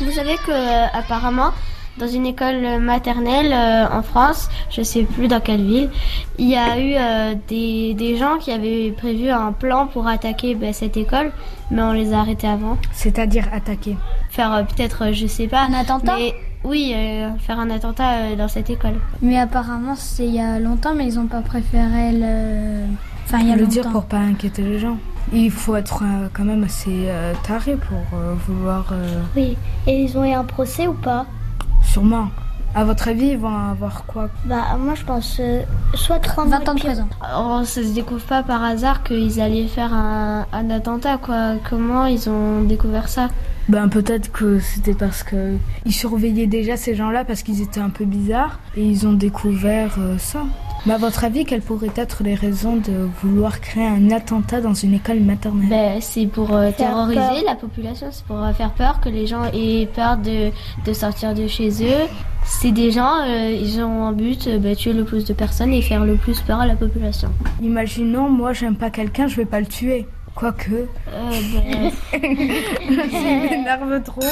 Vous savez que euh, apparemment, dans une école maternelle euh, en France, je sais plus dans quelle ville, il y a eu euh, des, des gens qui avaient prévu un plan pour attaquer ben, cette école, mais on les a arrêtés avant. C'est-à-dire attaquer. Faire euh, peut-être, euh, je sais pas, Un attentat mais oui, euh, faire un attentat euh, dans cette école. Mais apparemment, c'est il y a longtemps, mais ils ont pas préféré le. Enfin, il y a le longtemps. dire pour pas inquiéter les gens. Il faut être euh, quand même assez euh, taré pour euh, vouloir. euh, Oui. Et ils ont eu un procès ou pas sûrement. À votre avis, ils vont avoir quoi Bah moi je pense euh, soit 30 20 ans de prison. On Oh, se découvre pas par hasard qu'ils allaient faire un, un attentat, quoi. Comment ils ont découvert ça Ben peut-être que c'était parce que ils surveillaient déjà ces gens-là parce qu'ils étaient un peu bizarres et ils ont découvert euh, ça. Mais à votre avis, quelles pourraient être les raisons de vouloir créer un attentat dans une école maternelle Ben, c'est pour euh, Faire terroriser peur. la population, c'est pour euh, faire peur que les gens aient peur de, de sortir de chez eux. C'est des gens, euh, ils ont un but, euh, ben, tuer le plus de personnes et faire le plus peur à la population. Ben. Imaginons, moi j'aime pas quelqu'un, je vais pas le tuer. Quoique, Euh, ben, il m'énerve trop.